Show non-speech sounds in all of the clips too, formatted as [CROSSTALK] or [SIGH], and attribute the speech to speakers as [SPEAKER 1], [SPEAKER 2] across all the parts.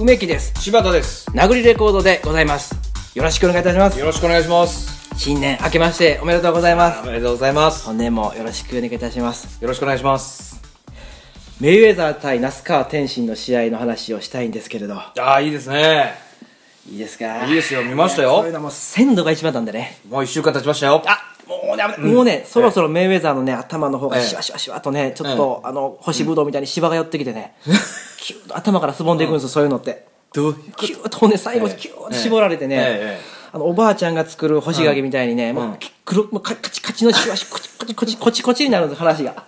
[SPEAKER 1] 梅木です
[SPEAKER 2] 柴田です
[SPEAKER 1] 殴りレコードでございますよろしくお願いいたします
[SPEAKER 2] よろしくお願いします
[SPEAKER 1] 新年明けましておめでとうございま
[SPEAKER 2] お
[SPEAKER 1] す
[SPEAKER 2] めでとうございます
[SPEAKER 1] 本年もよろしくお願いいたします
[SPEAKER 2] よろしくお願いします
[SPEAKER 1] メイウェザー対那須川天心の試合の話をしたいんですけれど
[SPEAKER 2] ああいいですね
[SPEAKER 1] いいですか
[SPEAKER 2] いいですよ見ましたよ
[SPEAKER 1] いやそういうのはもう鮮度が一番なんでね
[SPEAKER 2] もう1週間経ちましたよ
[SPEAKER 1] あもうね、もうね、そろそろメイウェザーのね、頭の方が
[SPEAKER 2] ええ
[SPEAKER 1] シワシワシワとね、ちょっと、あの、干しぶどうみたいに芝が寄ってきて
[SPEAKER 2] [LAUGHS]
[SPEAKER 1] ね、キューッと頭からすぼんでいくんですよ、そういうのって。
[SPEAKER 2] どう
[SPEAKER 1] キューッとね、最後、
[SPEAKER 2] ええ
[SPEAKER 1] キューッと絞られてね、
[SPEAKER 2] ええええ
[SPEAKER 1] あの、おばあちゃんが作る干し柿みたいにね、もう、き黒もうカカチカチのシワシ、コチコチコチコチコチになるんです、話 [LAUGHS] が。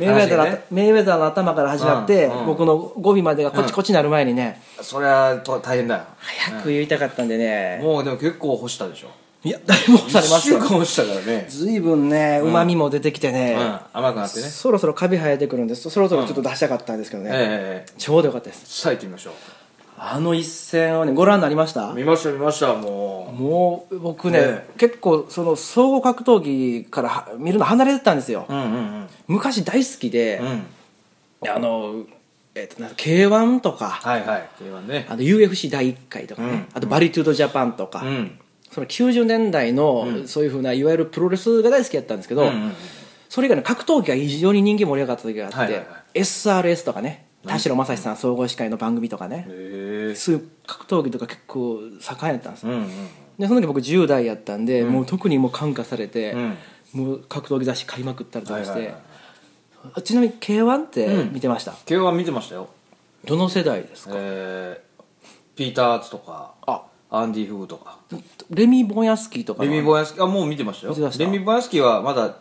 [SPEAKER 1] メイウェザーの
[SPEAKER 2] 話がね
[SPEAKER 1] メイウェザーの頭から始まって、
[SPEAKER 2] うんうん
[SPEAKER 1] 僕の語尾までがコチコチになる前にね、
[SPEAKER 2] そりゃと大変だよ
[SPEAKER 1] 早く言いたかったんでね、
[SPEAKER 2] もうでも結構干したでしょ
[SPEAKER 1] いや、だいぶ干されま
[SPEAKER 2] 1
[SPEAKER 1] し
[SPEAKER 2] 週
[SPEAKER 1] た
[SPEAKER 2] 間
[SPEAKER 1] よ。
[SPEAKER 2] 干したからね
[SPEAKER 1] ずいぶんね、うまみも出てきてね、
[SPEAKER 2] うん甘くなってね
[SPEAKER 1] そろそろカビ生えてくるんですそろそろちょっと出したかったんですけどね、
[SPEAKER 2] ええええ
[SPEAKER 1] ちょうどよかったです
[SPEAKER 2] さあ行ってみましょう
[SPEAKER 1] あの一戦をねご覧になりました
[SPEAKER 2] 見ました見ましたも
[SPEAKER 1] もう僕ね
[SPEAKER 2] ね
[SPEAKER 1] 結構その総合格闘技からは見るの離れてたんですよ、
[SPEAKER 2] ううんうん
[SPEAKER 1] 昔大好きで
[SPEAKER 2] う、ん
[SPEAKER 1] あの、えっとなんか k 1とか、
[SPEAKER 2] はいはい K1 ね
[SPEAKER 1] あの UFC 第1回とかね、
[SPEAKER 2] うん
[SPEAKER 1] あとバリトゥードジャパンとか、
[SPEAKER 2] うん
[SPEAKER 1] その90年代の、そういうふうないわゆるプロレスが大好きだったんですけど、
[SPEAKER 2] うんうんうん
[SPEAKER 1] それ以外の格闘技が非常に人気盛り上がった時があって、
[SPEAKER 2] はいはいは
[SPEAKER 1] SRS とかね田代正史さん総合司会の番組とかね、
[SPEAKER 2] へえ
[SPEAKER 1] そういう格闘技とか結構盛んやったんです
[SPEAKER 2] う
[SPEAKER 1] よ、
[SPEAKER 2] んうん
[SPEAKER 1] でその時僕10代やったんで、もう特にもう感化されて、
[SPEAKER 2] うん
[SPEAKER 1] もう格闘技雑誌買いまくったりとかして、
[SPEAKER 2] はいはいはい
[SPEAKER 1] あちなみに k 1って
[SPEAKER 2] うん
[SPEAKER 1] 見てました、
[SPEAKER 2] K1 見てましたよ
[SPEAKER 1] どの世代ですか、
[SPEAKER 2] えーピーター・アーツとか
[SPEAKER 1] あ
[SPEAKER 2] アンディ・フグとか
[SPEAKER 1] レミ・ボンヤスキーとか
[SPEAKER 2] レ
[SPEAKER 1] の
[SPEAKER 2] ミ・ボヤスキあもう見てましたよ
[SPEAKER 1] 見てました
[SPEAKER 2] レミ・ボヤスキはまだ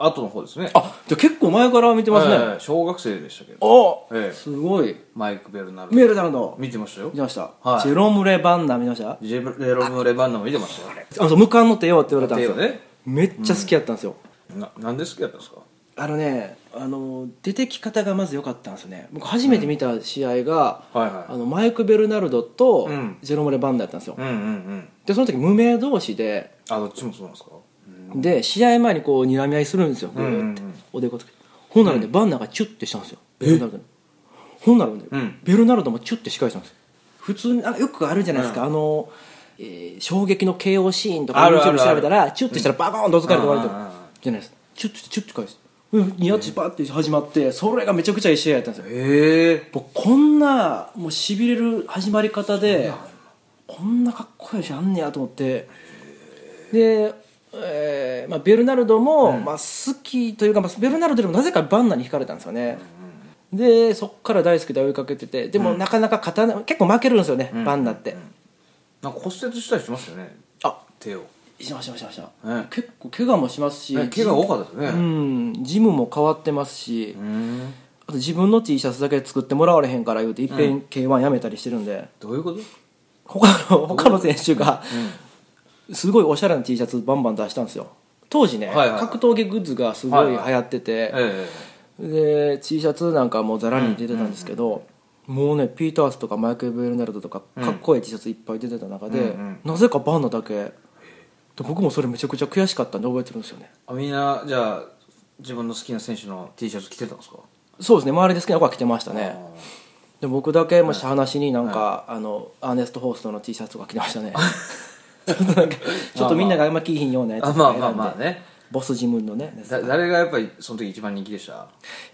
[SPEAKER 2] 後の方ですね
[SPEAKER 1] あじゃあ結構前から見てますね、
[SPEAKER 2] ええ小学生でしたけど
[SPEAKER 1] お
[SPEAKER 2] ええ
[SPEAKER 1] すごい
[SPEAKER 2] マイク・ベルナルド
[SPEAKER 1] メールなるの
[SPEAKER 2] 見てましたよ
[SPEAKER 1] 見ました、
[SPEAKER 2] はい
[SPEAKER 1] ジェロム・レバンナ見ました
[SPEAKER 2] ジェレロム・レバンナも見てましたよ
[SPEAKER 1] あのそう無冠の帝王って言われたんですよ、
[SPEAKER 2] 帝王ね
[SPEAKER 1] めっちゃ好きやったんですよ、
[SPEAKER 2] ななんで好きだったんですか
[SPEAKER 1] あのねあの出てき方がまず良かったんですよね僕初めて見た試合が、
[SPEAKER 2] はいはい
[SPEAKER 1] あのマイク・ベルナルドと
[SPEAKER 2] うん
[SPEAKER 1] ジェロム・レバンナやったんですよ、
[SPEAKER 2] うんうんうん
[SPEAKER 1] でその時無名同士で、
[SPEAKER 2] あどっちもそうなんですか
[SPEAKER 1] で試合前にこう睨み合いするんですよグ
[SPEAKER 2] んうんう
[SPEAKER 1] ー
[SPEAKER 2] ん
[SPEAKER 1] って、おでことかほんならね、バンナがチュッてしたんですよベルナルドにほんならね、
[SPEAKER 2] うん
[SPEAKER 1] ベルナルドもチュッて仕返したんですよ普通にあよくあるじゃないですか、あの、えー衝撃の KO シーンとか
[SPEAKER 2] あるあるあ
[SPEAKER 1] YouTube
[SPEAKER 2] る
[SPEAKER 1] 調べたらチュッてしたらバコーンと突かれて終わりと
[SPEAKER 2] うんうんうんうん
[SPEAKER 1] かじゃないですチュッてしてチュッて返すうんニヤッチバーって始まってそれがめちゃくちゃいい試合やったんですよ
[SPEAKER 2] へえ
[SPEAKER 1] 僕こんなもうしびれる始まり方でこんなかっこいいしあんねやと思ってで、えーまあ、ベルナルドも、まあ、好きというか、まあ、ベルナルドでもなぜかバンナに惹かれたんですよね、でそっから大好きで追いかけててでも、なかなか勝たない結構負けるんですよね、バンナって、
[SPEAKER 2] なんか骨折したりしましたよね
[SPEAKER 1] あ
[SPEAKER 2] 手を
[SPEAKER 1] しましたしましたしました、
[SPEAKER 2] ね
[SPEAKER 1] 結構怪我もしますし
[SPEAKER 2] ね怪我多かったです
[SPEAKER 1] う
[SPEAKER 2] ね
[SPEAKER 1] んジムも変わってますし、
[SPEAKER 2] うん
[SPEAKER 1] あと自分の T シャツだけ作ってもらわれへんから言うていっぺん k 1やめたりしてるんで、
[SPEAKER 2] どういうこと
[SPEAKER 1] 他の他の選手が、すごいおしゃれな T シャツバンバン出したんですよ当時ね、
[SPEAKER 2] はいはい
[SPEAKER 1] 格闘技グッズがすごい
[SPEAKER 2] はい
[SPEAKER 1] 流
[SPEAKER 2] はい
[SPEAKER 1] 行ってて、
[SPEAKER 2] え
[SPEAKER 1] で T シャツなんかもうざらに出てたんですけど、もうねピータースとかマイケル・ベルナルドとかかっこいい T シャツいっぱい出てた中で、
[SPEAKER 2] うんうん
[SPEAKER 1] なぜかバンナだけで僕もそれめちゃくちゃ悔しかったんで覚えてるんですよね
[SPEAKER 2] えあみんなじゃあ自分の好きな選手の T シャツ着てたんですか
[SPEAKER 1] そうですね周りで好きな子は着てましたね
[SPEAKER 2] あ
[SPEAKER 1] で僕だけもしゃ話しになんか、あのアーネスト・ホーストの T シャツとか着てましたね [LAUGHS] ちょっとなんかちょっとみんながあんま着いひんようなやつ
[SPEAKER 2] あ
[SPEAKER 1] と
[SPEAKER 2] まあ
[SPEAKER 1] か
[SPEAKER 2] まあ
[SPEAKER 1] 選ん
[SPEAKER 2] まあ
[SPEAKER 1] で
[SPEAKER 2] ね
[SPEAKER 1] ボスジムのねです
[SPEAKER 2] だ誰がやっぱりその時一番人気でした
[SPEAKER 1] や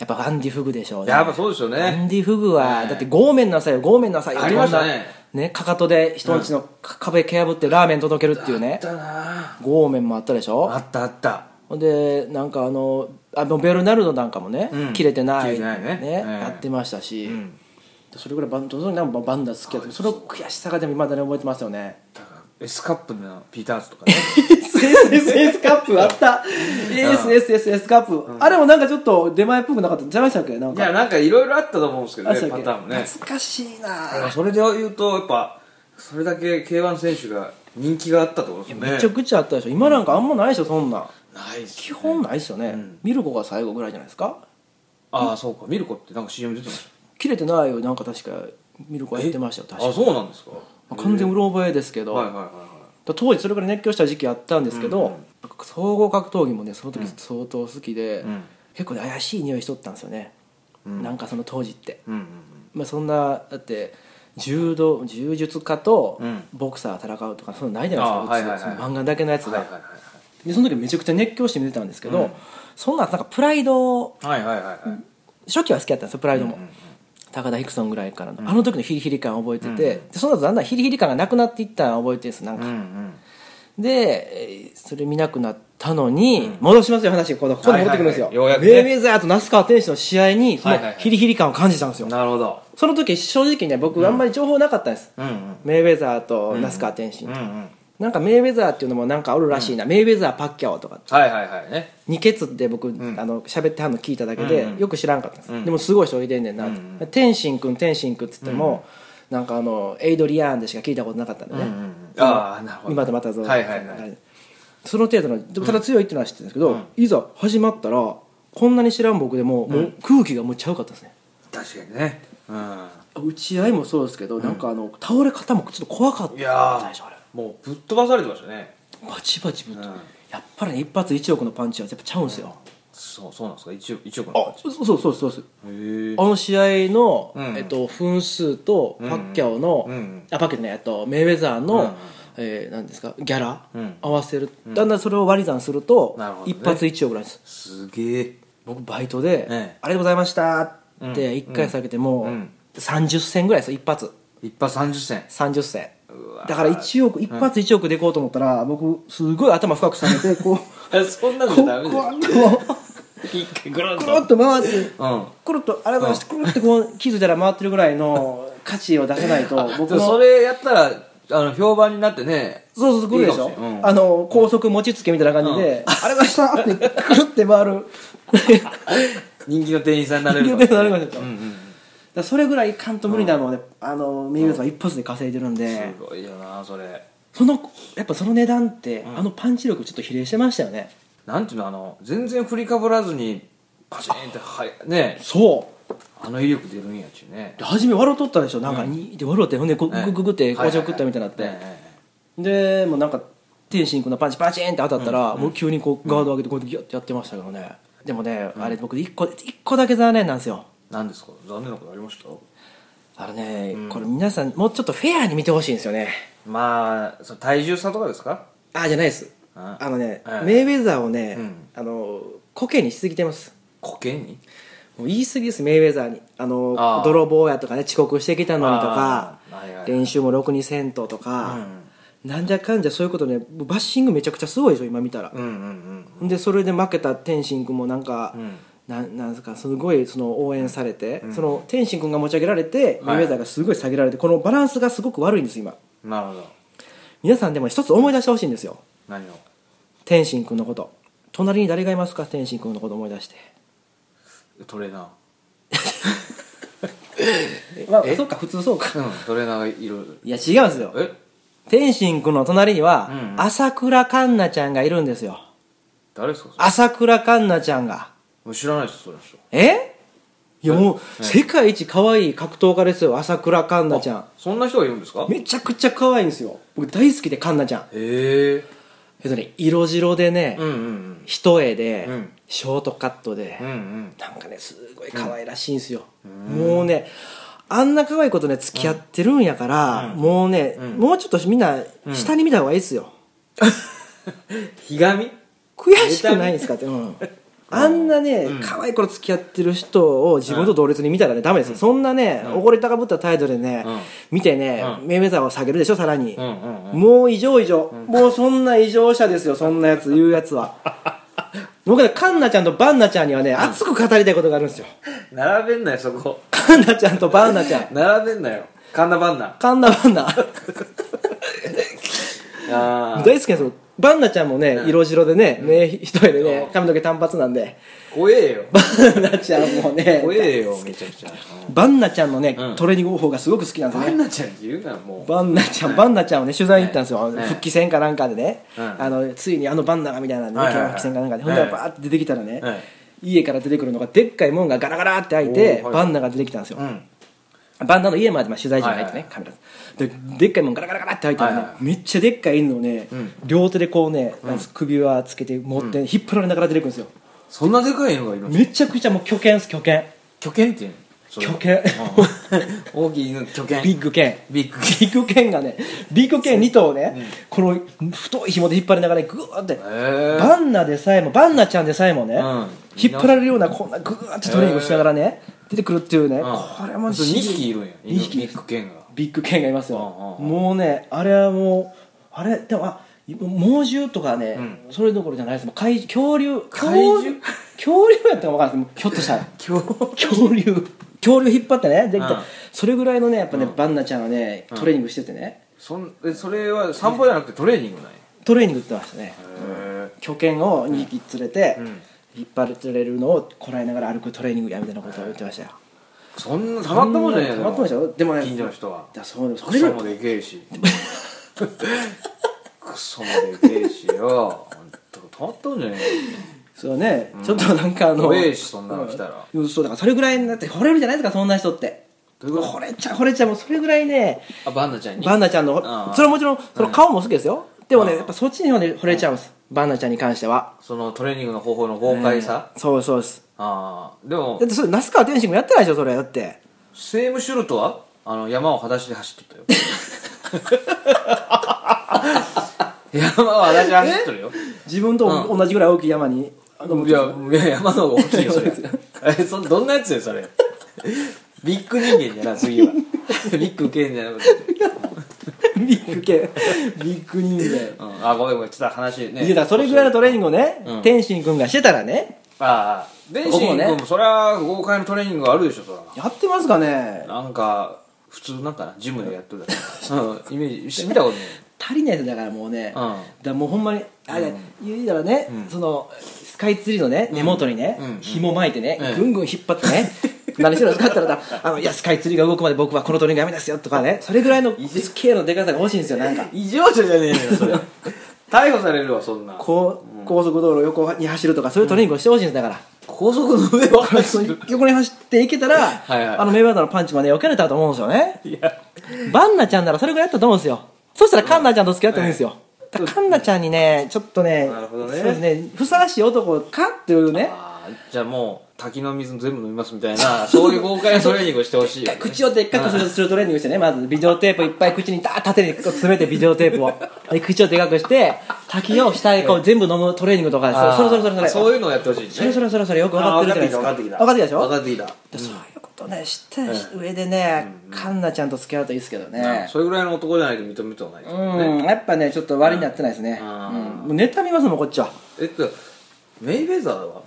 [SPEAKER 1] っぱアンディ・フグでしょうね
[SPEAKER 2] やっぱそうですよ
[SPEAKER 1] ア
[SPEAKER 2] ね
[SPEAKER 1] ンディ・フグは、
[SPEAKER 2] ね
[SPEAKER 1] だってごめんなさいよごめんなさいよ
[SPEAKER 2] ありましたね
[SPEAKER 1] こんなねかかとで人んちのか壁蹴破ってラーメン届けるっていう
[SPEAKER 2] あ
[SPEAKER 1] ね
[SPEAKER 2] ったな
[SPEAKER 1] ごめんもあったでしょ
[SPEAKER 2] あったあった
[SPEAKER 1] ほんでなんかあのあのベルナルドなんかもね、
[SPEAKER 2] うん
[SPEAKER 1] 切れてない
[SPEAKER 2] 切れてないねええ
[SPEAKER 1] やってましたし、
[SPEAKER 2] ん
[SPEAKER 1] それぐらいバンドなんかバンダ好きやったその悔しさがでもいまだに覚えてますよね
[SPEAKER 2] だから S カップのピーターズとか
[SPEAKER 1] [LAUGHS]
[SPEAKER 2] ね
[SPEAKER 1] SSS カップ
[SPEAKER 2] [LAUGHS]
[SPEAKER 1] あった SSSS カップ、あれもなんかちょっと出前っぽくなかったちゃいましたっけなん
[SPEAKER 2] いや
[SPEAKER 1] か
[SPEAKER 2] なんかいろいろあったと思うんですけど
[SPEAKER 1] あ
[SPEAKER 2] ね
[SPEAKER 1] した
[SPEAKER 2] パ
[SPEAKER 1] っ
[SPEAKER 2] ターンも
[SPEAKER 1] け
[SPEAKER 2] ね
[SPEAKER 1] 懐かしいな
[SPEAKER 2] それで言うとやっぱそれだけ k 1選手が人気があったってことですよね
[SPEAKER 1] めちゃくちゃあったでしょ今なんかあんまないでしょそんなん
[SPEAKER 2] ないっす
[SPEAKER 1] 基本ないですよね、ミルコが最後ぐらいじゃないですか
[SPEAKER 2] ああそうかミルコってなんか CM 出てまし
[SPEAKER 1] 切れてないよなんか確かミルコは言ってましたよ
[SPEAKER 2] た
[SPEAKER 1] 確か
[SPEAKER 2] あそうなんですか
[SPEAKER 1] まあ完全うろ覚えですけど、
[SPEAKER 2] はいはいはいは
[SPEAKER 1] だ当時それから熱狂した時期あったんですけど、総合格闘技もねその時相当好きで、
[SPEAKER 2] ん
[SPEAKER 1] 結構ね怪しい匂いしとったんですよね、なんかその当時って、
[SPEAKER 2] いうんうん
[SPEAKER 1] まあ、そんなだって柔道柔術家と
[SPEAKER 2] うん
[SPEAKER 1] ボクサーが戦うとかそういうのないじゃないですか、
[SPEAKER 2] あーはいはいはい
[SPEAKER 1] 普通その漫画だけのやつが、
[SPEAKER 2] はいはい
[SPEAKER 1] でその時めちゃくちゃ熱狂して見てたんですけど、
[SPEAKER 2] うん
[SPEAKER 1] そんななんかプライド
[SPEAKER 2] はいはいはいはいはい
[SPEAKER 1] 初期は好きだったんですよプライドも、
[SPEAKER 2] うんうん
[SPEAKER 1] 高田ヒクソンぐらいからの、あの時のヒリヒリ感を覚えてて、でその後だんだんヒリヒリ感がなくなっていったのを覚えてるんですなんか、
[SPEAKER 2] うんうん
[SPEAKER 1] でえーそれ見なくなったのに、戻しますよ話ここここに戻ってくるんですよ、
[SPEAKER 2] はいはいはいようや
[SPEAKER 1] ベ
[SPEAKER 2] くね
[SPEAKER 1] イメザーと那須川天心の試合にその
[SPEAKER 2] はいはいはい
[SPEAKER 1] ヒリヒリ感を感じたんですよ、
[SPEAKER 2] なるほど
[SPEAKER 1] その時正直ね僕あんまり情報なかったんです、
[SPEAKER 2] うんうん
[SPEAKER 1] メイウェザーと那須川天心、
[SPEAKER 2] うんうん
[SPEAKER 1] なんかメイウェザーっていうのもなんかおるらしいな、メイウェザーパッキャオとか
[SPEAKER 2] はいはいはいね
[SPEAKER 1] 二ケツって僕、あの喋ってはんの聞いただけで、
[SPEAKER 2] うんうん
[SPEAKER 1] よく知らんかったんです、
[SPEAKER 2] うん
[SPEAKER 1] でもすごい人いてんねんな、
[SPEAKER 2] うんう
[SPEAKER 1] 天心くん天心くんっつっても、なんかあのエイドリアーンでしか聞いたことなかったんで
[SPEAKER 2] うん
[SPEAKER 1] ね、
[SPEAKER 2] うんうんああなるほど
[SPEAKER 1] 今とまたぞ、
[SPEAKER 2] はいはいはい
[SPEAKER 1] その程度のでもただ強いっていうのは知ってるんですけど、いざ始まったらこんなに知らん僕でも、もう空気がむっちゃ良かったですね
[SPEAKER 2] 確かにねうん
[SPEAKER 1] 打ち合いもそうですけど、なんかあの倒れ方もちょっと怖かった
[SPEAKER 2] い
[SPEAKER 1] でし
[SPEAKER 2] や
[SPEAKER 1] ょあれ
[SPEAKER 2] ーもうぶっ飛ばされてましたね
[SPEAKER 1] バチバチぶっと、
[SPEAKER 2] うん
[SPEAKER 1] やっぱりね一発一億のパンチはやっぱちゃうんですよ、
[SPEAKER 2] そうそうなんですか一億一億の
[SPEAKER 1] あそうそうそうそうそう
[SPEAKER 2] へえ
[SPEAKER 1] あの試合の、
[SPEAKER 2] うん
[SPEAKER 1] えっと、分数とパッキャオの、
[SPEAKER 2] うんうん
[SPEAKER 1] あパッキャオねえっとメイウェザーの、
[SPEAKER 2] うんうん
[SPEAKER 1] えーなんですかギャラ、
[SPEAKER 2] うん
[SPEAKER 1] 合わせるだんだんそれを割り算すると、
[SPEAKER 2] なるほどね
[SPEAKER 1] 一発一応ぐらいです
[SPEAKER 2] すげえ
[SPEAKER 1] 僕バイトで、
[SPEAKER 2] ええ
[SPEAKER 1] ありがとうございました」って1回下げても、
[SPEAKER 2] うん
[SPEAKER 1] 30銭ぐらいですよ一発
[SPEAKER 2] 一発30銭
[SPEAKER 1] 30銭
[SPEAKER 2] うわ
[SPEAKER 1] だから1億一発1億でいこうと思ったら、僕すごい頭深く下げてこう
[SPEAKER 2] そんな
[SPEAKER 1] こ
[SPEAKER 2] の
[SPEAKER 1] うこ
[SPEAKER 2] ダメだよ一回グロン
[SPEAKER 1] うくるっと回って
[SPEAKER 2] うん
[SPEAKER 1] くるっとありがとうございましたくるっとこう気づいたら回ってるぐらいの価値を出せないと僕
[SPEAKER 2] で
[SPEAKER 1] の
[SPEAKER 2] もそれやったらあの評判になってね
[SPEAKER 1] そうそう来るでしょ
[SPEAKER 2] いいかもしれんうん
[SPEAKER 1] あの高速餅つけみたいな感じで、あれがしたってくるって
[SPEAKER 2] [LAUGHS]
[SPEAKER 1] 回る
[SPEAKER 2] 人気の店員さんになれる
[SPEAKER 1] 人気の店員さんになれるかもしれな
[SPEAKER 2] う
[SPEAKER 1] んい
[SPEAKER 2] うん
[SPEAKER 1] だからそれぐらいいかんと無理なのはね、あのメイウェザーは一発で稼いでるんで、
[SPEAKER 2] すごいよなそれ
[SPEAKER 1] そのやっぱその値段って、あのパンチ力ちょっと比例してましたよね
[SPEAKER 2] なんていうのあの全然振りかぶらずにパチンってはいね
[SPEAKER 1] そう
[SPEAKER 2] あの威力出るんやっちゅうね
[SPEAKER 1] で初め笑うとったでしょなんかにで笑うてほんでグググググって紅茶食ったみたいになって、
[SPEAKER 2] はいはいはい
[SPEAKER 1] でもうなんか天心君のパンチパチンって当たったら、もう急にこうガード上げてこうやってギュッてやってましたけどねでもね、あれ僕一個一個だけ残念なんですよ
[SPEAKER 2] 何ですか残念なことありました
[SPEAKER 1] あのね、これ皆さんもうちょっとフェアに見てほしいんですよね
[SPEAKER 2] まあその体重差とかですか
[SPEAKER 1] あじゃないです
[SPEAKER 2] あ
[SPEAKER 1] あのね、
[SPEAKER 2] はい
[SPEAKER 1] メイウェザーをね、
[SPEAKER 2] うん
[SPEAKER 1] あのコケにしすぎてます
[SPEAKER 2] コケに
[SPEAKER 1] もう言い過ぎですメイウェザーにあの
[SPEAKER 2] ああ
[SPEAKER 1] 泥棒やとかね遅刻してきたのにとか
[SPEAKER 2] ああはいはいはい
[SPEAKER 1] 練習もろくにせんととか、なんじゃかんじゃそういうことねバッシングめちゃくちゃすごいでしょ今見たら
[SPEAKER 2] う、んうん
[SPEAKER 1] でそれで負けた天心君もなんか、
[SPEAKER 2] うん
[SPEAKER 1] なんなんですかすごいその応援されて、その天心君が持ち上げられて、メイウェザーがすごい下げられてこのバランスがすごく悪いんです今
[SPEAKER 2] うんなるほど
[SPEAKER 1] 皆さんでも一つ思い出してほしいんですよ
[SPEAKER 2] 何を
[SPEAKER 1] 天心君のこと隣に誰がいますか天心君のこと思い出して
[SPEAKER 2] トレーナ
[SPEAKER 1] まあ
[SPEAKER 2] え
[SPEAKER 1] そうか普通そうか
[SPEAKER 2] ーうんトレーナーがいる
[SPEAKER 1] いや違うんですよ
[SPEAKER 2] え
[SPEAKER 1] 天心君の隣には
[SPEAKER 2] うん
[SPEAKER 1] 朝倉環奈ちゃんがいるんですよ
[SPEAKER 2] 誰ですかそれ
[SPEAKER 1] 朝倉環奈ちゃんが
[SPEAKER 2] もう知らないですそれの人
[SPEAKER 1] えいやもう世界一可愛い格闘家ですよ朝倉環奈ちゃん
[SPEAKER 2] そんな人がいるんですかへ
[SPEAKER 1] めちゃくちゃ可愛いんですよ僕大好きで環奈ちゃん
[SPEAKER 2] え
[SPEAKER 1] えっとね色白でね、
[SPEAKER 2] うんうん
[SPEAKER 1] 一重で、
[SPEAKER 2] うん
[SPEAKER 1] ショートカットで、
[SPEAKER 2] うんうん
[SPEAKER 1] なんかねすごい可愛らしいんですよ、もうねあんな可愛い子とね付き合ってるんやから、もうね、
[SPEAKER 2] うん
[SPEAKER 1] もうちょっとみんな下に見た方がいいですよ、
[SPEAKER 2] ひがみ
[SPEAKER 1] 悔しくないんですかって、うん、あんなね、可愛い頃付き合ってる人を自分と同列に見たらねダメですよ、そんなね、おごり高ぶった態度でね、
[SPEAKER 2] うん
[SPEAKER 1] 見てね、
[SPEAKER 2] う
[SPEAKER 1] メイウェザーを下げるでしょさらに、
[SPEAKER 2] うんうんうん
[SPEAKER 1] もう異常異常、もうそんな異常者ですよそんなやつ言うやつは僕ねカンナちゃんとバンナちゃんにはね熱く語りたいことがあるんですよ
[SPEAKER 2] 並べんなよそこ
[SPEAKER 1] カンナちゃんとバンナちゃん
[SPEAKER 2] 並べんなよカンナバンナ
[SPEAKER 1] カンナバンナ
[SPEAKER 2] あ
[SPEAKER 1] 大好
[SPEAKER 2] あ
[SPEAKER 1] きなんですよバンナちゃんもね色白でね目一重でね髪の毛単発なんで
[SPEAKER 2] 怖えよ
[SPEAKER 1] バンナちゃんもね
[SPEAKER 2] 怖えよめちゃくちゃ
[SPEAKER 1] バンナちゃんのね、
[SPEAKER 2] うん
[SPEAKER 1] トレーニング方法がすごく好きなんです
[SPEAKER 2] バ
[SPEAKER 1] よ
[SPEAKER 2] ン
[SPEAKER 1] ね
[SPEAKER 2] ナちゃんって言うなもう
[SPEAKER 1] バンナちゃんバンナちゃんをね取材に行ったんですよ、
[SPEAKER 2] ね
[SPEAKER 1] 復帰戦かなんかでね、
[SPEAKER 2] うん
[SPEAKER 1] あのついにあのバンナがみたいなんで、ね
[SPEAKER 2] はいはいはい
[SPEAKER 1] 復帰戦かなんかでほんで
[SPEAKER 2] はい
[SPEAKER 1] バーって出てきたらね、
[SPEAKER 2] はい
[SPEAKER 1] 家から出てくるのがでっかい門がガラガラって開いて、
[SPEAKER 2] おーはい
[SPEAKER 1] バンナが出てきたんですよ、
[SPEAKER 2] うん
[SPEAKER 1] バンナの家までまあ取材陣が入ってね、
[SPEAKER 2] は
[SPEAKER 1] カメラででっかいもんガラガラガラって入ったらね、
[SPEAKER 2] はいはいはい
[SPEAKER 1] めっちゃでっかい犬をね、
[SPEAKER 2] うん
[SPEAKER 1] 両手でこうね、なんです首輪つけて持って、引っ張られながら出てくるんですよ
[SPEAKER 2] そんなでかいのがいるの
[SPEAKER 1] めちゃくちゃもう巨犬です巨犬
[SPEAKER 2] 巨犬っていうのれ
[SPEAKER 1] 巨犬
[SPEAKER 2] [LAUGHS] うん大きい犬巨犬
[SPEAKER 1] ビッグ剣
[SPEAKER 2] ビッグ
[SPEAKER 1] ビッグ剣がねビッグ剣2頭をね、この太い紐で引っ張りながらグーって、
[SPEAKER 2] え
[SPEAKER 1] バンナでさえもバンナちゃんでさえもね、
[SPEAKER 2] うん
[SPEAKER 1] 引っ張られるようなこんなグーってトレーニングしながらね、出てくるっていうね、これも
[SPEAKER 2] 2
[SPEAKER 1] 自
[SPEAKER 2] 匹いるんや
[SPEAKER 1] 二匹
[SPEAKER 2] ビッグ犬が
[SPEAKER 1] ビッグ犬がいますよ、
[SPEAKER 2] うんうん
[SPEAKER 1] もうねあれはもうあれでもあ猛獣とかね、それどころじゃないですもう怪恐竜
[SPEAKER 2] 怪獣
[SPEAKER 1] 恐竜やったか分からないですひょっとしたら恐竜恐竜引っ張ってねできた、
[SPEAKER 2] うん
[SPEAKER 1] それぐらいのねやっぱね、バンナちゃんはねトレーニングしててね
[SPEAKER 2] そんえそれは散歩じゃなくてトレーニングなんや
[SPEAKER 1] トレーニングってましたね
[SPEAKER 2] へ
[SPEAKER 1] 巨犬を2匹連れて、
[SPEAKER 2] うん
[SPEAKER 1] 引っ張られるのをこらえながら歩くトレーニングやみたいなことを言ってましたよ
[SPEAKER 2] えそんなたまったもんじゃね
[SPEAKER 1] た
[SPEAKER 2] え
[SPEAKER 1] まったもんじゃないでもね
[SPEAKER 2] 近所の人は
[SPEAKER 1] だからそうそ
[SPEAKER 2] ク
[SPEAKER 1] れ
[SPEAKER 2] ソ
[SPEAKER 1] で
[SPEAKER 2] もでけえし [LAUGHS] クソもでけえしよほんとたまったもんじゃね
[SPEAKER 1] そうね、ちょっとなんかあの
[SPEAKER 2] 怖えしそんなの来たら
[SPEAKER 1] うんそうだからそれぐらいになって惚れるじゃないですかそんな人って
[SPEAKER 2] どういうこと
[SPEAKER 1] 惚れちゃう惚れちゃうもうそれぐらいね
[SPEAKER 2] えあバンナちゃんに
[SPEAKER 1] バンナちゃんの
[SPEAKER 2] ああ
[SPEAKER 1] それはもちろんその顔も好きですよでもね
[SPEAKER 2] ああ
[SPEAKER 1] やっぱそっちにはね惚れちゃうんですバンナちゃんに関しては
[SPEAKER 2] そのトレーニングの方法の豪快さ、
[SPEAKER 1] そうそうです
[SPEAKER 2] ああでも
[SPEAKER 1] だってそれ那須川天心もやってないでしょそれだって
[SPEAKER 2] セームシュルトはあの山を裸足で走っと
[SPEAKER 1] [LAUGHS]
[SPEAKER 2] ったよ山を裸足で走っとるよ
[SPEAKER 1] 自分と同じぐらい大きい山にあの
[SPEAKER 2] いやいや山の方が大きいよそれえそどんなやつよそれビッグ人間じゃな
[SPEAKER 1] [LAUGHS]
[SPEAKER 2] 次はビッグ受けんじゃなくて、
[SPEAKER 1] ビッグ系ビッグ人間
[SPEAKER 2] うん、あごめんごめんちょっと話ね
[SPEAKER 1] いやだからそれぐらいのトレーニングをね、
[SPEAKER 2] うん
[SPEAKER 1] 天心君がしてたらね
[SPEAKER 2] ああ電信
[SPEAKER 1] 僕も
[SPEAKER 2] 君
[SPEAKER 1] ね
[SPEAKER 2] もそりゃ豪快なトレーニングがあるでしょそら
[SPEAKER 1] やってますかね
[SPEAKER 2] なんか普通なんかなジムでやっ
[SPEAKER 1] [LAUGHS]
[SPEAKER 2] とるだけそのイメージ見たことない
[SPEAKER 1] 足りないですだからもうね、
[SPEAKER 2] うん
[SPEAKER 1] だからもうほんまにあれ、言うたらね、そのスカイツリーのね根元にね、
[SPEAKER 2] うん
[SPEAKER 1] 紐巻いてね、
[SPEAKER 2] うん
[SPEAKER 1] ぐんぐん引っ張って
[SPEAKER 2] [LAUGHS]
[SPEAKER 1] ね何してるんですかって言ったらあの「いやスカイツリーが動くまで僕はこのトレーニングやめですよ」とかねそれぐらいのスケールのでかさが欲しいんですよなんか
[SPEAKER 2] 異常者じゃねえよそれ [LAUGHS] 逮捕されるわそんな
[SPEAKER 1] こう高速道路横に走るとかそういうトレーニングをしてほしいんですだから、
[SPEAKER 2] 高速の上を走
[SPEAKER 1] そう [LAUGHS]
[SPEAKER 2] る
[SPEAKER 1] 横に走っていけたら
[SPEAKER 2] はいはい
[SPEAKER 1] あのメイバーダーのパンチまで避けれたと思うんですよね
[SPEAKER 2] いや
[SPEAKER 1] バンナちゃんならそれぐらいやったと思うんですよそしたらカンナちゃんと付き合ってもいいんですよ、だからカンナちゃんにねちょっとね
[SPEAKER 2] なるほどね
[SPEAKER 1] そうですねふさわしい男かっていうね
[SPEAKER 2] あーじゃあもう滝の水全部飲みますみたいなそういう豪快なトレーニングをして
[SPEAKER 1] [LAUGHS]
[SPEAKER 2] ほしいよね
[SPEAKER 1] 口をでっかくするするトレーニングしてねまずビデオテープいっぱい口にダーッ縦にこう詰めてビデオテープ
[SPEAKER 2] [LAUGHS]
[SPEAKER 1] をで口をでかくして滝を下へこう全部飲むトレーニングとか
[SPEAKER 2] あー
[SPEAKER 1] それそれそれそれ
[SPEAKER 2] そういうのをやってほしいね
[SPEAKER 1] それそれそれそれよく分かってるじゃないですか
[SPEAKER 2] あー分
[SPEAKER 1] 分か
[SPEAKER 2] か
[SPEAKER 1] っ
[SPEAKER 2] ってて
[SPEAKER 1] きたで
[SPEAKER 2] きた
[SPEAKER 1] しょ
[SPEAKER 2] 分かってきた
[SPEAKER 1] でそういうことね知った上でね、カンナちゃんと付き合うといいですけどね
[SPEAKER 2] それぐらいの男じゃないと認めてはない、
[SPEAKER 1] うんやっぱねちょっと割になってないですね、う
[SPEAKER 2] うんん
[SPEAKER 1] もうネタ見ますもんこっちは
[SPEAKER 2] えっとメイウェザーは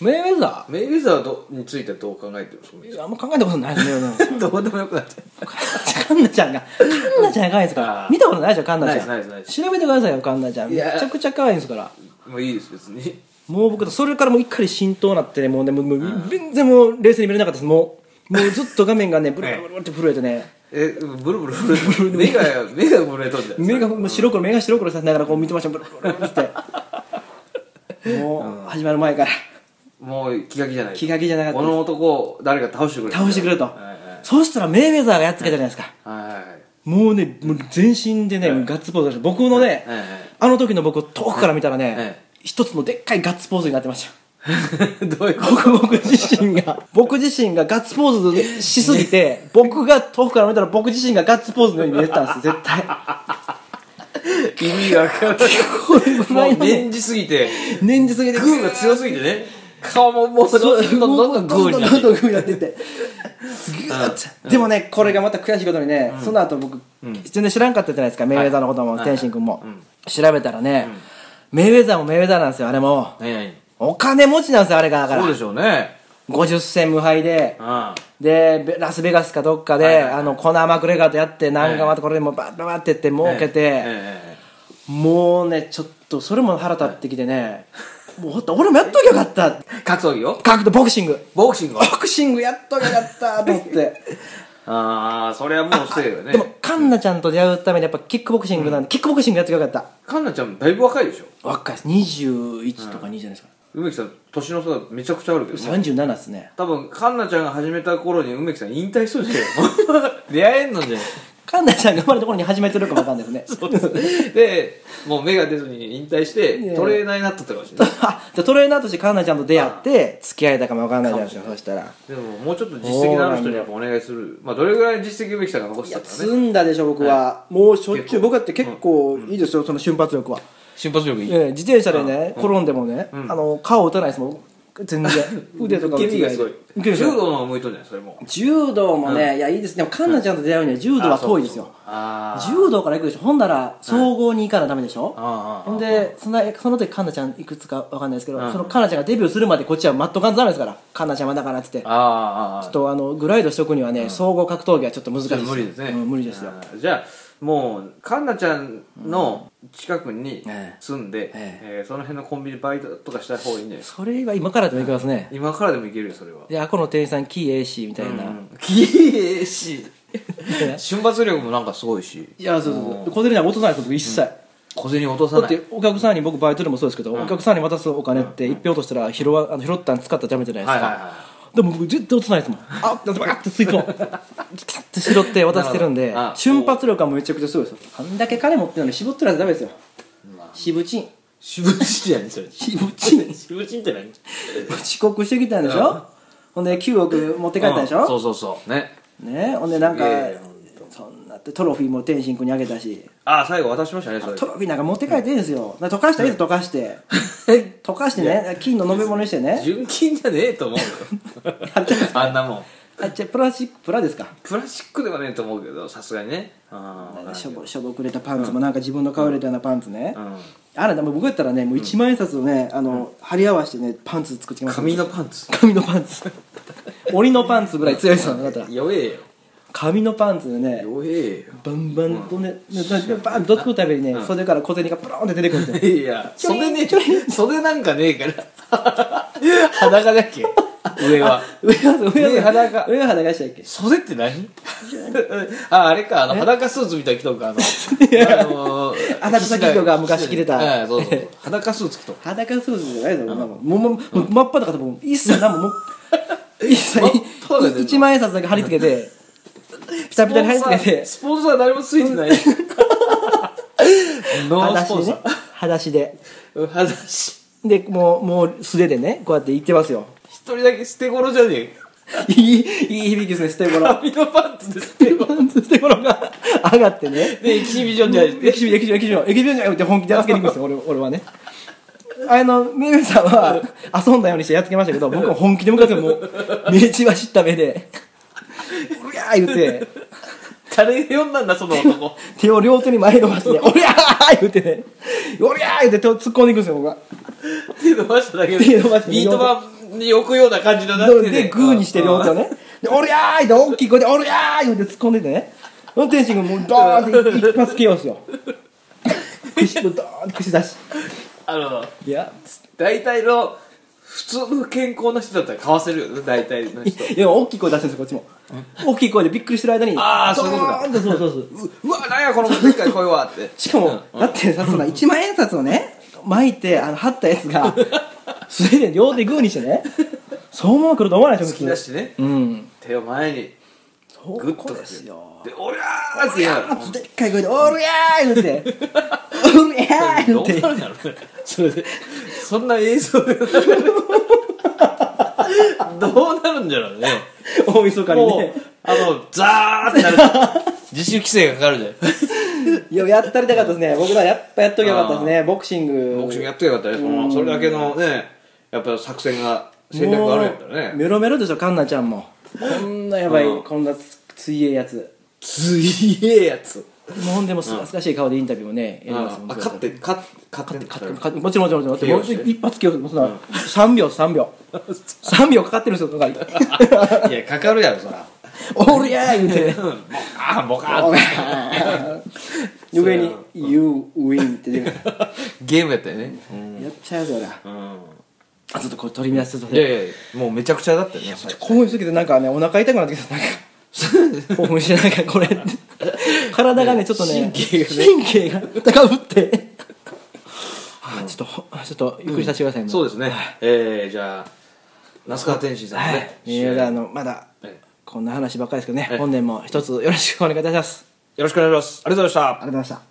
[SPEAKER 1] メイウェザ
[SPEAKER 2] メイウェザーどについてはどう考えてるんですかメイウ
[SPEAKER 1] ー
[SPEAKER 2] ェ
[SPEAKER 1] いやあんま考えたことないですね [LAUGHS]
[SPEAKER 2] ザーどうでもよくなっちゃう
[SPEAKER 1] カンナちゃんがカンナちゃんが可愛いですか
[SPEAKER 2] あ
[SPEAKER 1] ら
[SPEAKER 2] ー
[SPEAKER 1] 見たことないでしょカンナちゃん
[SPEAKER 2] ないですないです
[SPEAKER 1] 調べてくださいよカンナちゃん
[SPEAKER 2] い
[SPEAKER 1] めち
[SPEAKER 2] や
[SPEAKER 1] ゃくちゃ可愛いんですから
[SPEAKER 2] もういいです別に
[SPEAKER 1] もう僕とそれからもう一回浸透なってねもうねもうもう全然もう冷静に見れなかったですもうもうずっと画面がねブルブルブルって震えてね
[SPEAKER 2] えブルブル震えてる目が目が震えとるじゃない
[SPEAKER 1] 目がもう白黒目が白黒させながらこう見てましたブルブルブルってもう始まる前から
[SPEAKER 2] もう気が気じゃない
[SPEAKER 1] 気が気じゃなかった
[SPEAKER 2] この男を誰か倒してくれ
[SPEAKER 1] 倒してくれと
[SPEAKER 2] はいはい
[SPEAKER 1] そうしたらメイウェザーがやっつけたじゃないですか
[SPEAKER 2] はいはい
[SPEAKER 1] もうねもう全身でねガッツポーズ出して僕のね
[SPEAKER 2] はいはい
[SPEAKER 1] あの時の僕を遠くから見たらね
[SPEAKER 2] え
[SPEAKER 1] 一つのでっかいガッツポーズになってましたよ [LAUGHS]
[SPEAKER 2] どういうこと
[SPEAKER 1] 僕僕自身が僕自身がガッツポーズしすぎて僕が遠くから見たら僕自身がガッツポーズのように見えてたんですよ絶 [LAUGHS] 対
[SPEAKER 2] 意味が分からない
[SPEAKER 1] これぐら
[SPEAKER 2] も
[SPEAKER 1] いうのね
[SPEAKER 2] 念じすぎて
[SPEAKER 1] 念じすぎて
[SPEAKER 2] グーが強すぎてね顔ももうど
[SPEAKER 1] そうん
[SPEAKER 2] どんどんどんグーになって
[SPEAKER 1] どんどんグーになっていってグーってでもねこれがまた悔しいことにね、その後僕、全然知らんかったじゃないですかメイウェザーのことも、
[SPEAKER 2] はい
[SPEAKER 1] 天心君も、
[SPEAKER 2] うん
[SPEAKER 1] 調べたらね、メイウェザーもメイウェザーなんですよあれも
[SPEAKER 2] 何何
[SPEAKER 1] お金持ちなんですよあれがだか
[SPEAKER 2] そう
[SPEAKER 1] ら
[SPEAKER 2] でしょうね
[SPEAKER 1] 50戦無敗で
[SPEAKER 2] うん
[SPEAKER 1] でベラスベガスかどっかで、
[SPEAKER 2] はいはいはい
[SPEAKER 1] あのコナー・マクレガーとやってなん
[SPEAKER 2] え
[SPEAKER 1] か
[SPEAKER 2] え
[SPEAKER 1] またこれでもうバッバッバッってって儲けて、
[SPEAKER 2] え
[SPEAKER 1] もうねちょっとそれも腹立ってきてね、もうほんと俺もやっときゃよかった
[SPEAKER 2] え格闘技よ
[SPEAKER 1] 格闘ボクシング
[SPEAKER 2] ボクシング
[SPEAKER 1] ボクシングやっときゃよかったと思 [LAUGHS] って
[SPEAKER 2] ああそれはもうせえよね
[SPEAKER 1] でもカンナちゃんと出会うためにやっぱキックボクシングなんで、キックボクシングやっときゃよかっ
[SPEAKER 2] カンナちゃんだいぶ若いでしょ
[SPEAKER 1] た若いです21とか20ですか、
[SPEAKER 2] 梅木さん年の差めちゃくちゃあるけどね
[SPEAKER 1] 37ですね
[SPEAKER 2] 多分カンナちゃんが始めた頃に梅木さん引退しそうじゃん出会えんのじゃん
[SPEAKER 1] 神田さんが生まれた頃に始めてるかもわかんないですね [LAUGHS]
[SPEAKER 2] そうです [LAUGHS] でもう目が出ずに引退して
[SPEAKER 1] ね
[SPEAKER 2] トレーナーになっとったかもしれない
[SPEAKER 1] あじゃあトレーナーとして神田ちゃんと出会って付き合えたかもわかんないじゃないですかそしたら
[SPEAKER 2] でももうちょっと実績のある人にやっぱお願いするまあどれぐらいの実績をべきたか残し
[SPEAKER 1] い
[SPEAKER 2] てた
[SPEAKER 1] や
[SPEAKER 2] から
[SPEAKER 1] 積
[SPEAKER 2] ね
[SPEAKER 1] んだでしょ僕は、もうしょっちゅう僕だって結構いいですよ、その瞬発力は、
[SPEAKER 2] 瞬発力いい、
[SPEAKER 1] ええ自転車でね、転んでもね、
[SPEAKER 2] うん
[SPEAKER 1] あの顔打たないですもん全然 [LAUGHS] 腕とか
[SPEAKER 2] 受
[SPEAKER 1] 打
[SPEAKER 2] け
[SPEAKER 1] ち
[SPEAKER 2] 身
[SPEAKER 1] な
[SPEAKER 2] が
[SPEAKER 1] い
[SPEAKER 2] す
[SPEAKER 1] で
[SPEAKER 2] ごい
[SPEAKER 1] 受け身す
[SPEAKER 2] 柔
[SPEAKER 1] ごい
[SPEAKER 2] 道の方が向いとんじゃないそれも
[SPEAKER 1] 柔道もね、いやいいですねでも環奈ちゃんと出会うには柔道は遠いですよ
[SPEAKER 2] ああ
[SPEAKER 1] 柔道から行くでしょほんなら総合に行かなダメでしょ、
[SPEAKER 2] ああ
[SPEAKER 1] ほんでそのその時カンナちゃんいくつかわかんないですけど、
[SPEAKER 2] うん
[SPEAKER 1] そのカンナちゃんがデビューするまでこっちはマットガンダメですからカンナちゃんはだからっつってちょ
[SPEAKER 2] ああ
[SPEAKER 1] っとあのグライドしとくにはね、総合格闘技はちょっと難しい
[SPEAKER 2] 無理ですね、
[SPEAKER 1] うん無理ですよ
[SPEAKER 2] あーじゃあもうカンナちゃんの近くに
[SPEAKER 1] ええ
[SPEAKER 2] 住んで、
[SPEAKER 1] え
[SPEAKER 2] えーその辺のコンビニバイトとかした方がいいんじゃないですか
[SPEAKER 1] それは今からでも行きますね、
[SPEAKER 2] 今からでもいけるよそれは
[SPEAKER 1] であこの店員さんキー A ーみたいな、
[SPEAKER 2] きれいし瞬発力もなんかすごいし
[SPEAKER 1] いやそうそうそう小銭なんか落とさないです僕一切、
[SPEAKER 2] 小銭落とさ
[SPEAKER 1] だ
[SPEAKER 2] な
[SPEAKER 1] っ
[SPEAKER 2] い
[SPEAKER 1] てお客さんに僕バイトでもそうですけど、お客さんに渡すお金って一票としたら拾わあの拾ったん使ったらダメじゃないです
[SPEAKER 2] はい
[SPEAKER 1] か、
[SPEAKER 2] はいは
[SPEAKER 1] でも僕絶対落ちないですもんあっバーって吸い込むキサッて拾って渡してるんで
[SPEAKER 2] なるほどあ
[SPEAKER 1] 瞬発力はめちゃくちゃすごいですよあんだけ金持ってるのに絞ってるやつダメですよ渋ちん
[SPEAKER 2] い渋ちんやねそれ
[SPEAKER 1] 渋ちん
[SPEAKER 2] 渋ちんって何
[SPEAKER 1] 遅刻してきたんでしょ、ほんで9億持って帰ったんでし
[SPEAKER 2] うんそう
[SPEAKER 1] ょ、
[SPEAKER 2] そうそうね
[SPEAKER 1] ねほんでなんか
[SPEAKER 2] すげえよほ
[SPEAKER 1] そんなってトロフィーも天心君にあげたし
[SPEAKER 2] ああ最後渡しましたねそれ
[SPEAKER 1] トロフィーなんか持って帰っていいんですよ、だから溶かしたらいいです溶かして溶かしてね金の延べ物にしてね
[SPEAKER 2] 純金じゃねえと思う [LAUGHS] よあんなもん
[SPEAKER 1] あじゃあプラスチックプラですか
[SPEAKER 2] プラスチックではねえと思うけどさすがにねああ
[SPEAKER 1] しょぼしょぼくれたパンツもなんか自分の顔入れたようなパンツね、
[SPEAKER 2] うん
[SPEAKER 1] あらでも僕やったらねもう1万円札をね、あの貼り合わせてねパンツ作ってきます
[SPEAKER 2] 紙のパンツ
[SPEAKER 1] 紙のパン
[SPEAKER 2] [LAUGHS]
[SPEAKER 1] ツ鬼のパンツぐらい強いですよだったら
[SPEAKER 2] 弱えよ
[SPEAKER 1] 紙のパンツでね
[SPEAKER 2] 弱え
[SPEAKER 1] バンバンとね、ねバンとつくたびにね、袖から小銭がプロンって出てくるんですよ
[SPEAKER 2] よいや
[SPEAKER 1] ちょい
[SPEAKER 2] 袖ね
[SPEAKER 1] ちょい
[SPEAKER 2] 袖なんかねえから [LAUGHS] 裸だっけ上は
[SPEAKER 1] 上は上
[SPEAKER 2] 上
[SPEAKER 1] は
[SPEAKER 2] 裸
[SPEAKER 1] 上は裸でしたっけ
[SPEAKER 2] 袖って [LAUGHS] 何ああれかあの裸スーツみたいに着とんかあ [LAUGHS] のあのー
[SPEAKER 1] 浅草企業が昔着てた
[SPEAKER 2] ええそうそうそう裸スーツ着とん
[SPEAKER 1] 裸スーツじゃないぞもうもうもうもう真っ裸でもう一切何もも
[SPEAKER 2] [LAUGHS]
[SPEAKER 1] う一切
[SPEAKER 2] 真っ裸で
[SPEAKER 1] 1万円札だけ貼り付けてピタピタに貼り付けて
[SPEAKER 2] スポンサースポンサー誰もついて [LAUGHS] ない
[SPEAKER 1] 裸
[SPEAKER 2] ノースポン
[SPEAKER 1] 足で
[SPEAKER 2] サ
[SPEAKER 1] ね裸足で
[SPEAKER 2] ー裸足
[SPEAKER 1] でもうもう素手でねこうやって行ってますよ [LAUGHS]
[SPEAKER 2] 一人だけ捨て頃じゃねえ
[SPEAKER 1] いいいい響きですね捨て [LAUGHS] 頃
[SPEAKER 2] 紙のパンツで捨て頃
[SPEAKER 1] 捨て頃が [LAUGHS] 上がってね
[SPEAKER 2] でエキシビジョンじゃない
[SPEAKER 1] エキシビエキシビエキシビエキシビじゃなくて本気でやっつけに行くんですよ [LAUGHS] 俺俺はねあのめぐさんは遊んだようにしてやっつけましたけど僕は本気で向かってもう目血走った目でうやー言うて
[SPEAKER 2] 誰が呼んだんだその男
[SPEAKER 1] 手を両手に前伸ばして「おりゃー!」言うてね「おりゃー!」言うて手を突っ込んでいくんですよ僕は
[SPEAKER 2] [LAUGHS] 手伸ばしただけで
[SPEAKER 1] 手伸ばして
[SPEAKER 2] ビート板に置くような感じのなって
[SPEAKER 1] ででグーにして両手をね「でおりゃー!」言うて大きい声で「おりゃー!」言うて突っ込んでてね運転手がもうドーンって一発蹴ようですよ後ろドーンって串出し
[SPEAKER 2] あの
[SPEAKER 1] いや
[SPEAKER 2] 大体の普通の健康な人だったら買わせるよね大体の [LAUGHS] 人
[SPEAKER 1] でも大きい声出してるんですよこっちも大きい声でびっくりしてる間に
[SPEAKER 2] あーそういうこと
[SPEAKER 1] ド
[SPEAKER 2] か
[SPEAKER 1] ーンとそうそうそう
[SPEAKER 2] ううわなんやこのでっかい声はって
[SPEAKER 1] しかも、だってさその1万円札をね巻いてあの貼ったやつが素手で両手グーにしてねそのまま来ると思わないでしょ
[SPEAKER 2] 突き出してね
[SPEAKER 1] うん
[SPEAKER 2] 手を前に
[SPEAKER 1] そう
[SPEAKER 2] グッと
[SPEAKER 1] ですよ
[SPEAKER 2] で「おりゃー!」って言う
[SPEAKER 1] あでっかい声で「おるやー!」言うて「おるやー!」言
[SPEAKER 2] ど
[SPEAKER 1] う
[SPEAKER 2] うな
[SPEAKER 1] て
[SPEAKER 2] るんだろうね [LAUGHS] それでそんな映像でどうなるんじゃろうね [LAUGHS]
[SPEAKER 1] 大晦日に
[SPEAKER 2] も
[SPEAKER 1] ね
[SPEAKER 2] うあのザーってなる自主規制がかかるじゃん
[SPEAKER 1] いややったりたかったですね僕らやっぱやっときゃよかったですねボクシング
[SPEAKER 2] ボクシングやってよかったねそのそれだけのねやっぱ作戦が戦略があるんやったら
[SPEAKER 1] もう
[SPEAKER 2] ね
[SPEAKER 1] メロメロでしょカンナちゃんもこんなやばい、
[SPEAKER 2] うん
[SPEAKER 1] こんなつ強いやつ
[SPEAKER 2] ついえやつ
[SPEAKER 1] もうほんでもすがすがしい顔でインタビューもねやります
[SPEAKER 2] あ
[SPEAKER 1] もん
[SPEAKER 2] 勝って勝って勝って
[SPEAKER 1] 勝って勝ってもちろんもちろんもちろんもちろん
[SPEAKER 2] 慶応して
[SPEAKER 1] 一発 KO してもうそんな3秒3秒3秒かかってるんですよとか
[SPEAKER 2] [LAUGHS] いやかかるやろそら
[SPEAKER 1] おりゃー言うて
[SPEAKER 2] うんボカーンボカ [LAUGHS] ーンって
[SPEAKER 1] 上に「You win」って出るや
[SPEAKER 2] ゲームやったよね
[SPEAKER 1] っちゃうよな
[SPEAKER 2] うん
[SPEAKER 1] あちょっとこれ取り乱して
[SPEAKER 2] いやいやもうめちゃくちゃだったよね
[SPEAKER 1] 興奮しすぎてなんかねお腹痛くなってきたなん [LAUGHS] か興奮してなんかこれ体がねちょっとね
[SPEAKER 2] 神経がね
[SPEAKER 1] 神経が高ぶってあちょっとほちょっとゆっくりさせてくださいも
[SPEAKER 2] そうですねえーじゃあ那須川天心さんの
[SPEAKER 1] はい
[SPEAKER 2] ね
[SPEAKER 1] 三浦のまだ
[SPEAKER 2] ええ
[SPEAKER 1] こんな話ばっかりですけどね
[SPEAKER 2] ええ
[SPEAKER 1] 本年も一つよろしくお願いいたします
[SPEAKER 3] よろしくお願いしますありがとうございました
[SPEAKER 2] がとうございました